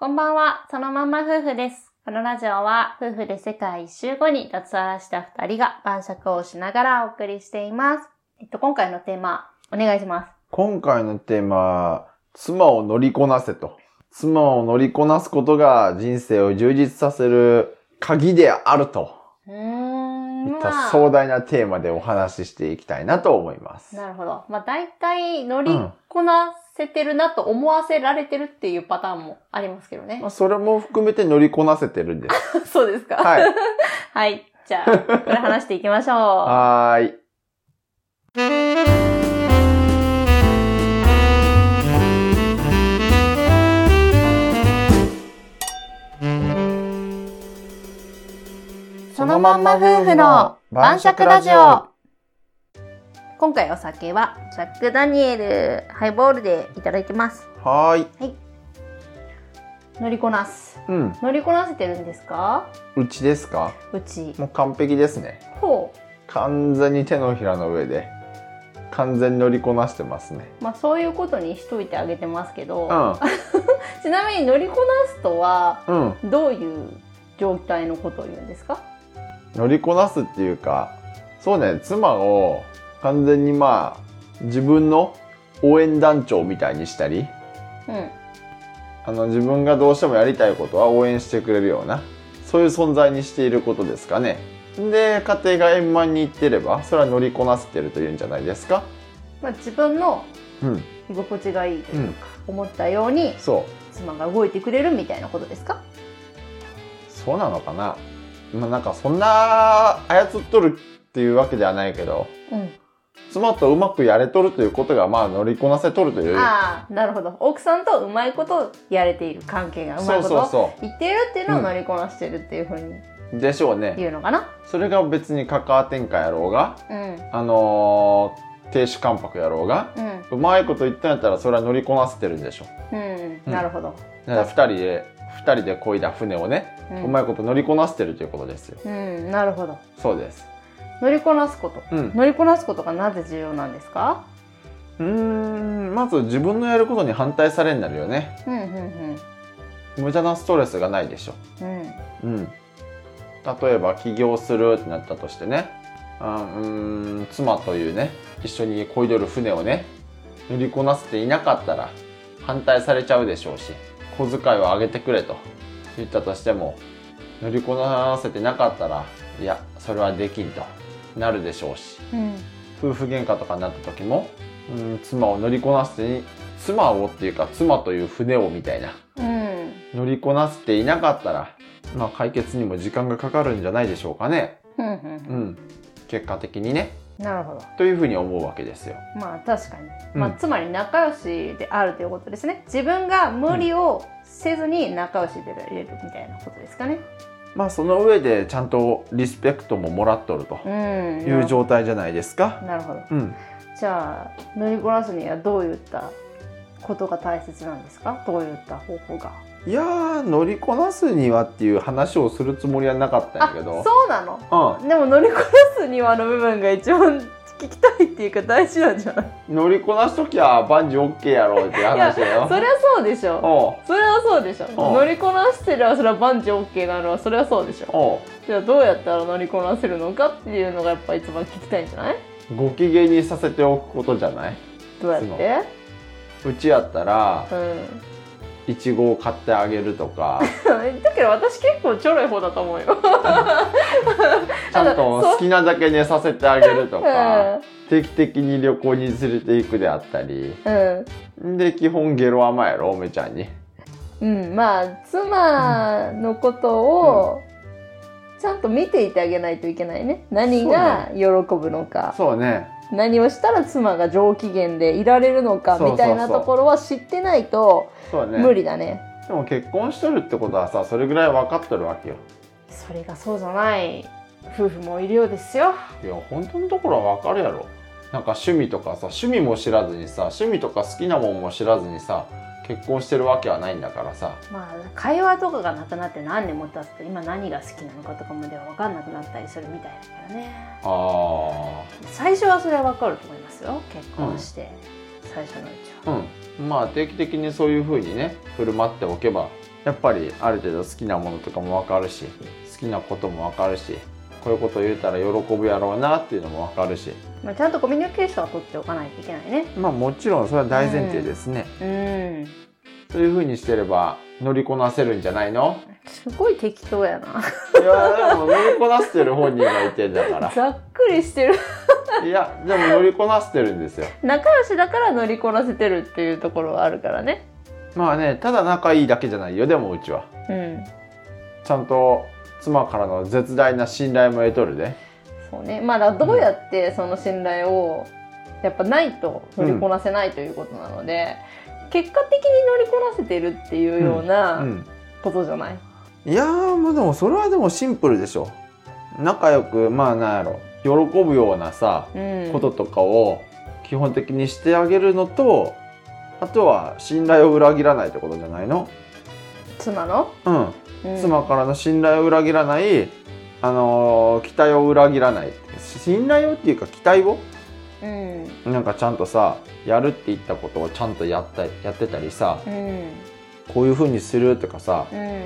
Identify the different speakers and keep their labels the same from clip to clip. Speaker 1: こんばんは、そのまんま夫婦です。このラジオは、夫婦で世界一周後に脱サラした二人が晩酌をしながらお送りしています。えっと、今回のテーマ、お願いします。
Speaker 2: 今回のテーマは、妻を乗りこなせと。妻を乗りこなすことが人生を充実させる鍵であると。
Speaker 1: うーん。
Speaker 2: いっ
Speaker 1: ま
Speaker 2: た
Speaker 1: あ
Speaker 2: 壮大なテーマでお話ししていきたいなと思います。
Speaker 1: なるほど。まあ、大体乗りこなせてるなと思わせられてるっていうパターンもありますけどね
Speaker 2: ま。あ、それも含めて乗りこなせてるんです。
Speaker 1: そうですか。
Speaker 2: はい。
Speaker 1: はい。じゃあ、これ話していきましょう。
Speaker 2: はーい。
Speaker 1: そのまんま夫婦の晩酌ラジオ。今回お酒は、ジャックダニエルハイボールでいただいてます。
Speaker 2: はーい。
Speaker 1: 乗りこなす。
Speaker 2: うん。
Speaker 1: 乗りこなせてるんですか
Speaker 2: うちですか
Speaker 1: うち。
Speaker 2: もう完璧ですね。
Speaker 1: ほ
Speaker 2: 完全に手のひらの上で、完全に乗りこなしてますね。
Speaker 1: う。まあそういうことにしといてあげてますけど、
Speaker 2: うん。
Speaker 1: ちなみに乗りこなすとは、
Speaker 2: うん。
Speaker 1: どういう状態のことを言うんですか
Speaker 2: 乗りこなすっていうかそうね妻を完全にまあ自分の応援団長みたいにしたり
Speaker 1: うん。
Speaker 2: あの自分がどうしてもやりたいことは応援してくれるようなそういう存在にしていることですかね。で家庭が円満にいってればそれは乗りこなせてるというんじゃないですか。
Speaker 1: まあ自分の
Speaker 2: うん、
Speaker 1: 居心地がいいと
Speaker 2: う、
Speaker 1: いうんか、思ったように
Speaker 2: そう
Speaker 1: 妻が動いてくれるみたいなことですか
Speaker 2: そうなのかな。まあなんかそんな操っとるっていうわけではないけど
Speaker 1: うん。
Speaker 2: 妻とうまくやれとるということがまあ乗りこなせとるという
Speaker 1: ああ、なるほど。奥さんとうまいことやれている関係がうまい
Speaker 2: そう
Speaker 1: こと。
Speaker 2: そうそ
Speaker 1: 言ってるっていうのを乗りこなしてるっていうふうに
Speaker 2: うでしょうね。
Speaker 1: 言うのかな。
Speaker 2: それが別にカカア展開やろうが、
Speaker 1: うん。
Speaker 2: あのー、亭主関白やろうが、
Speaker 1: うん。
Speaker 2: うまいこと言ったんやったらそれは乗りこなせてるんでしょ。
Speaker 1: うん。
Speaker 2: うん
Speaker 1: なるほど。
Speaker 2: だから二人で、二人で漕いだ船をね、
Speaker 1: う。
Speaker 2: うんまいこと乗りこなせてるということですよ。
Speaker 1: うん。なるほど。
Speaker 2: そうです。
Speaker 1: 乗りこなすこと。
Speaker 2: うん。
Speaker 1: 乗りこなすことがなぜ重要なんですか
Speaker 2: うーん、まず自分のやることに反対されになるよね。
Speaker 1: うん、うん、
Speaker 2: 無駄なストレスがないでしょ。
Speaker 1: うん。うん。
Speaker 2: うん。例えば起業するってなったとしてね、あうーん、妻というね、一緒に漕いでる船をね、乗りこなせていなかったら反対されちゃうでしょうし、小遣いを上げてくれと言ったとしても、乗りこなせてなかったら、いや、それはできんとなるでしょうし、
Speaker 1: うん。
Speaker 2: 夫婦喧嘩とかになった時も、うん、妻を乗りこなせてに、妻をっていうか妻という船をみたいな、
Speaker 1: うん。
Speaker 2: 乗りこなせていなかったら、まあ、解決にも時間がかかるんじゃないでしょうかね。
Speaker 1: うん、
Speaker 2: う。
Speaker 1: うん
Speaker 2: 結果的にね。
Speaker 1: ん。なるほど。
Speaker 2: というふうに思うわけですよ。
Speaker 1: まあ確かに。
Speaker 2: うん
Speaker 1: まあつまり仲良しであるということですね。自分が無理をせずに仲良しでいられるみたいなことですかね。
Speaker 2: まあその上でちゃんとリスペクトももらっとると
Speaker 1: うん。
Speaker 2: いう状態じゃないですか。
Speaker 1: なるほど。
Speaker 2: うん。
Speaker 1: じゃあ乗りこなすにはどういったことが大切なんですかどういった方法が
Speaker 2: いやー、乗りこなすにはっていう話をするつもりはなかったんやけど。
Speaker 1: そうなの
Speaker 2: う
Speaker 1: でも乗りこなすにはの部分が一番聞きたいっていうか大事なんじゃない
Speaker 2: ん。乗りこなすときは万事 OK やろうっていう話だよ。
Speaker 1: そりゃそうでしょ
Speaker 2: おう
Speaker 1: それはそうでしょ
Speaker 2: おう
Speaker 1: 乗りこなしてるはそれは万事 OK なのはそれはそうでしょ
Speaker 2: おう
Speaker 1: じゃあどうやったら乗りこなせるのかっていうのがやっぱ一番聞きたいんじゃない
Speaker 2: ご機嫌にさせておくことじゃない
Speaker 1: どうやって
Speaker 2: うちやったら、
Speaker 1: う
Speaker 2: いちごを買ってあげるとか。
Speaker 1: んだけど私結構ちょろい方だと思うよ
Speaker 2: ちゃんと好きなだけ寝させてあげるとか、定期的に旅行に連れて行くであったり、
Speaker 1: うん
Speaker 2: で、基本ゲロ甘やろ、梅ちゃんに。
Speaker 1: うん、まあ妻のことをちゃんと見ていてあげないといけないね何が喜ぶのか、
Speaker 2: そうね。
Speaker 1: 何をしたら妻が上機嫌でいられるのか
Speaker 2: そうそうそう
Speaker 1: みたいなところは知ってないと
Speaker 2: そうね。
Speaker 1: 無理だね
Speaker 2: でも結婚しとるってことはさ、それぐらい分かっとるわけよ。
Speaker 1: それがそうじゃない夫婦もいるようですよ
Speaker 2: いや、本当のところは分かるやろ。なんか趣味とかさ、趣味も知らずにさ、趣味とか好きなもんも知らずにさ、結婚してるわけはないんだからさ。
Speaker 1: まあ会話とかがなくなって何年も経つと今何が好きなのかとかまでは分かんなくなったりするみたいだからね
Speaker 2: あー。
Speaker 1: 最初はそれは分かると思いますよ結婚して、最初のうちは。
Speaker 2: うん。まあ定期的にそういう風にね、振る舞っておけば、やっぱりある程度好きなものとかも分かるし好きなことも分かるしこういうこと言うたら喜ぶやろうなっていうのも分かるし
Speaker 1: まあ、ちゃんとコミュニケーションを取っておかないといけないね。
Speaker 2: まあもちろんそれは大前提ですね、
Speaker 1: うん。
Speaker 2: というふうにしてれば乗りこなせるんじゃないの
Speaker 1: すごい適当やな。
Speaker 2: いやでも乗りこなしてる本人がいてんだか
Speaker 1: ざっくりしてる。
Speaker 2: らいやでも乗りこなしてるんですよ
Speaker 1: 仲良しだから乗りこなせてるっていうところはあるからね。
Speaker 2: まあねただ仲いいだけじゃないよでもうちは
Speaker 1: うん。
Speaker 2: ちゃんと妻からの絶大な信頼も得とるで、
Speaker 1: そうね。まあだからどうやってその信頼を、やっぱないと乗りこなせないということなので、結果的に乗りこなせてるっていうよう
Speaker 2: う、
Speaker 1: なんことじゃない。
Speaker 2: いやーまあでもそれはでもシンプルでしょ仲良くまあなんやろ喜ぶようなさ
Speaker 1: うん。
Speaker 2: こととかを基本的にしてあげるのとあとは信頼を裏切らないってことじゃないの
Speaker 1: 妻の、
Speaker 2: うん
Speaker 1: うん
Speaker 2: 妻からの信頼を裏切らないあのー期待を裏切らない信頼をっていうか期待を
Speaker 1: うん。
Speaker 2: なんかちゃんとさやるって言ったことをちゃんとやったやってたりさ
Speaker 1: うん。
Speaker 2: こういうふうにするとかさ
Speaker 1: うん。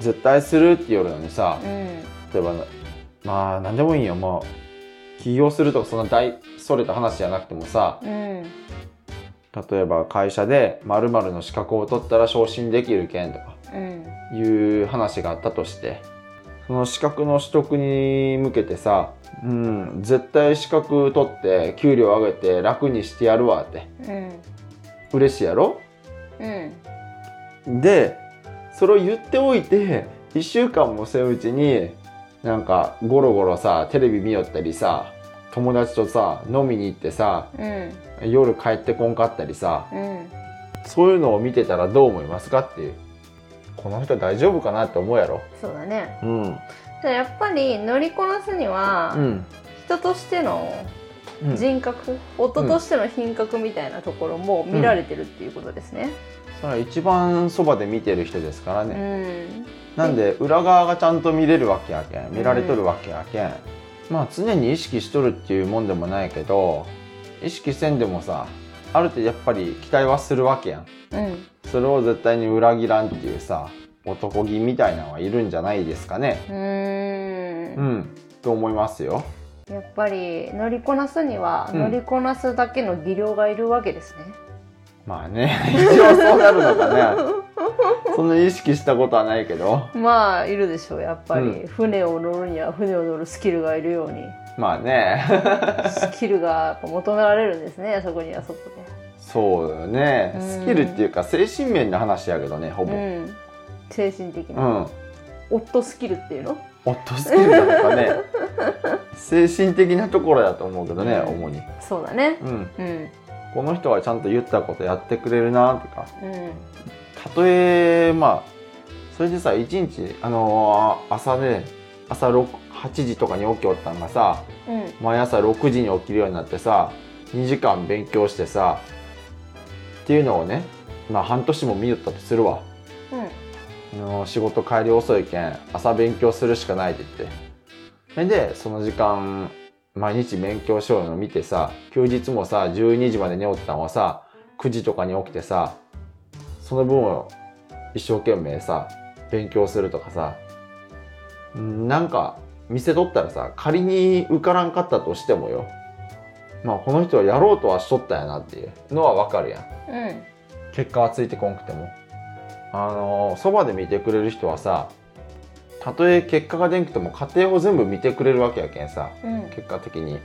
Speaker 2: 絶対するって言うのにさ
Speaker 1: うん。
Speaker 2: 例えばまあ何でもいいよもう起業するとかそんな大それた話じゃなくてもさ
Speaker 1: うん。
Speaker 2: 例えば会社で〇〇の資格を取ったら昇進できるけんとか
Speaker 1: うん。
Speaker 2: いう話があったとしてその資格の取得に向けてさ、うん、絶対資格取って給料上げて楽にしてやるわって
Speaker 1: うん。
Speaker 2: 嬉しいやろ
Speaker 1: うん。
Speaker 2: でそれを言っておいて1週間もせんうちになんかゴロゴロさテレビ見よったりさ友達とさ飲みに行ってさ
Speaker 1: うん。
Speaker 2: 夜帰ってこんかったりさ
Speaker 1: うん。
Speaker 2: そういうのを見てたらどう思いますかっていうこの人大丈夫かなって思うやろ
Speaker 1: そうだね。
Speaker 2: うん
Speaker 1: じゃあやっぱり乗りこなすには
Speaker 2: う、ん
Speaker 1: 人としての
Speaker 2: うん
Speaker 1: 人格、夫としての品格みたいなところも見られてるっていうことですね。
Speaker 2: それは一番そばで見てる人ですから
Speaker 1: う
Speaker 2: ね、
Speaker 1: ん。
Speaker 2: なんで裏側がちゃんと見れるわけやけん見られとるわけやけん、まあ常に意識しとるっていうもんでもないけど意識せんでもさある程度やっぱり期待はするわけやん
Speaker 1: うん。
Speaker 2: それを絶対に裏切らんっていうさ男気みたいなのはいるんじゃないですかね
Speaker 1: う。
Speaker 2: うんんと思いますよ
Speaker 1: やっぱり乗りこなすには、
Speaker 2: うん
Speaker 1: 乗りこなすだけの技量がいるわけですね。
Speaker 2: まあね 一応そうなるのかねそんなに意識したことはないけど
Speaker 1: まあいるでしょうやっぱり、
Speaker 2: う
Speaker 1: 船を乗るには船を乗るスキルがいる ように
Speaker 2: まあね
Speaker 1: スキルがやっぱ求められるんですねそこにはそこ
Speaker 2: そうよね
Speaker 1: うん
Speaker 2: スキルっていうか精神面の話やけどねほ
Speaker 1: で、
Speaker 2: ぼ
Speaker 1: うん、精神的
Speaker 2: う
Speaker 1: な、
Speaker 2: ん
Speaker 1: 夫スキルっていうの
Speaker 2: 夫スキルなのかね精神的なところだと思うけどね
Speaker 1: うん
Speaker 2: 主に、
Speaker 1: そうだね
Speaker 2: うん、
Speaker 1: うん
Speaker 2: この人はちゃんと言ったことやってくれるなとか
Speaker 1: うん
Speaker 2: たとえまあそれでさ一日あのー朝ね朝6 8時とかに起きおったんがさ
Speaker 1: うん
Speaker 2: 毎朝6時に起きるようになってさ2時間勉強してさっていうのをねまあ半年も見よったとするわあの仕事帰り遅いけん朝勉強するしかないって言ってそれでその時間毎日勉強しようの見てさ休日もさ12時まで寝おったんはさ9時とかに起きてさその分を一生懸命さ勉強するとかさうんなんか見せとったらさ仮に受からんかったとしてもよまあこの人はやろうとはしとったんやなっていうのはわかるやん
Speaker 1: うん
Speaker 2: 結果はついてこんくてもあのーそばで見てくれる人はさたとえ結果が出んくても家庭を全部見てくれるわけやけんさ
Speaker 1: うん
Speaker 2: 結果的に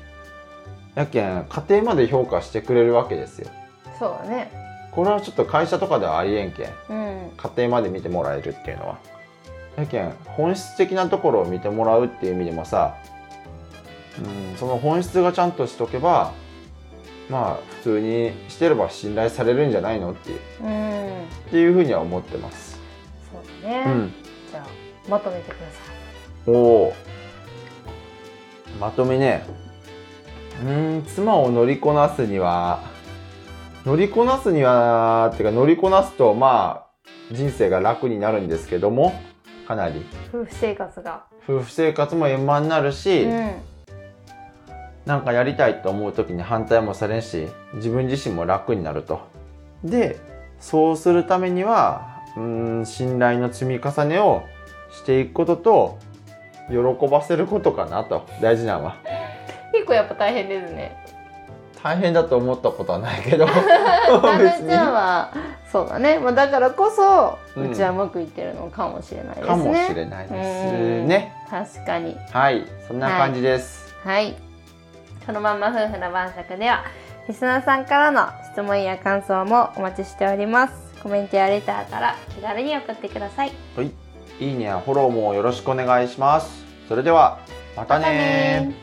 Speaker 2: やけん家庭まで評価してくれるわけですよ
Speaker 1: そうだね
Speaker 2: これはちょっと会社とかではありえんけん
Speaker 1: うん
Speaker 2: 家庭まで見てもらえるっていうのはやけん本質的なところを見てもらうっていう意味でもさうんその本質がちゃんとしとけばまあ普通にしてれば信頼されるんじゃないのっていう
Speaker 1: うん
Speaker 2: っていうふうには思ってます。
Speaker 1: そうだね、
Speaker 2: うん、
Speaker 1: じゃあまとめてくださ
Speaker 2: おおまとめねうーん妻を乗りこなすには乗りこなすにはっていうか乗りこなすとまあ人生が楽になるんですけどもかなり
Speaker 1: い夫婦生活が
Speaker 2: 夫婦生活も円満になるし、
Speaker 1: うん
Speaker 2: なんかやりたいと思う時に反対もされんし自分自身も楽になると。でそうするためにはうーん信頼の積み重ねをしていくことと喜ばせることかなと大事なのは
Speaker 1: 結構やっぱ大変ですね。
Speaker 2: 大変だと思ったことはない けど
Speaker 1: ダメ
Speaker 2: 別
Speaker 1: ちゃん
Speaker 2: に
Speaker 1: は、そうだね。まあ、だからこそ、
Speaker 2: う
Speaker 1: うんちはうまくいってるのかもしれないですね。
Speaker 2: かもしれないですね
Speaker 1: うん。確かに。
Speaker 2: はいそんな感じです、
Speaker 1: はい。このまんま夫婦の晩酌では、リスナーさんからの質問や感想もお待ちしております。コメントやレターから気軽に送ってください。
Speaker 2: はい、いいねやフォローもよろしくお願いしますそれではまたね
Speaker 1: またねー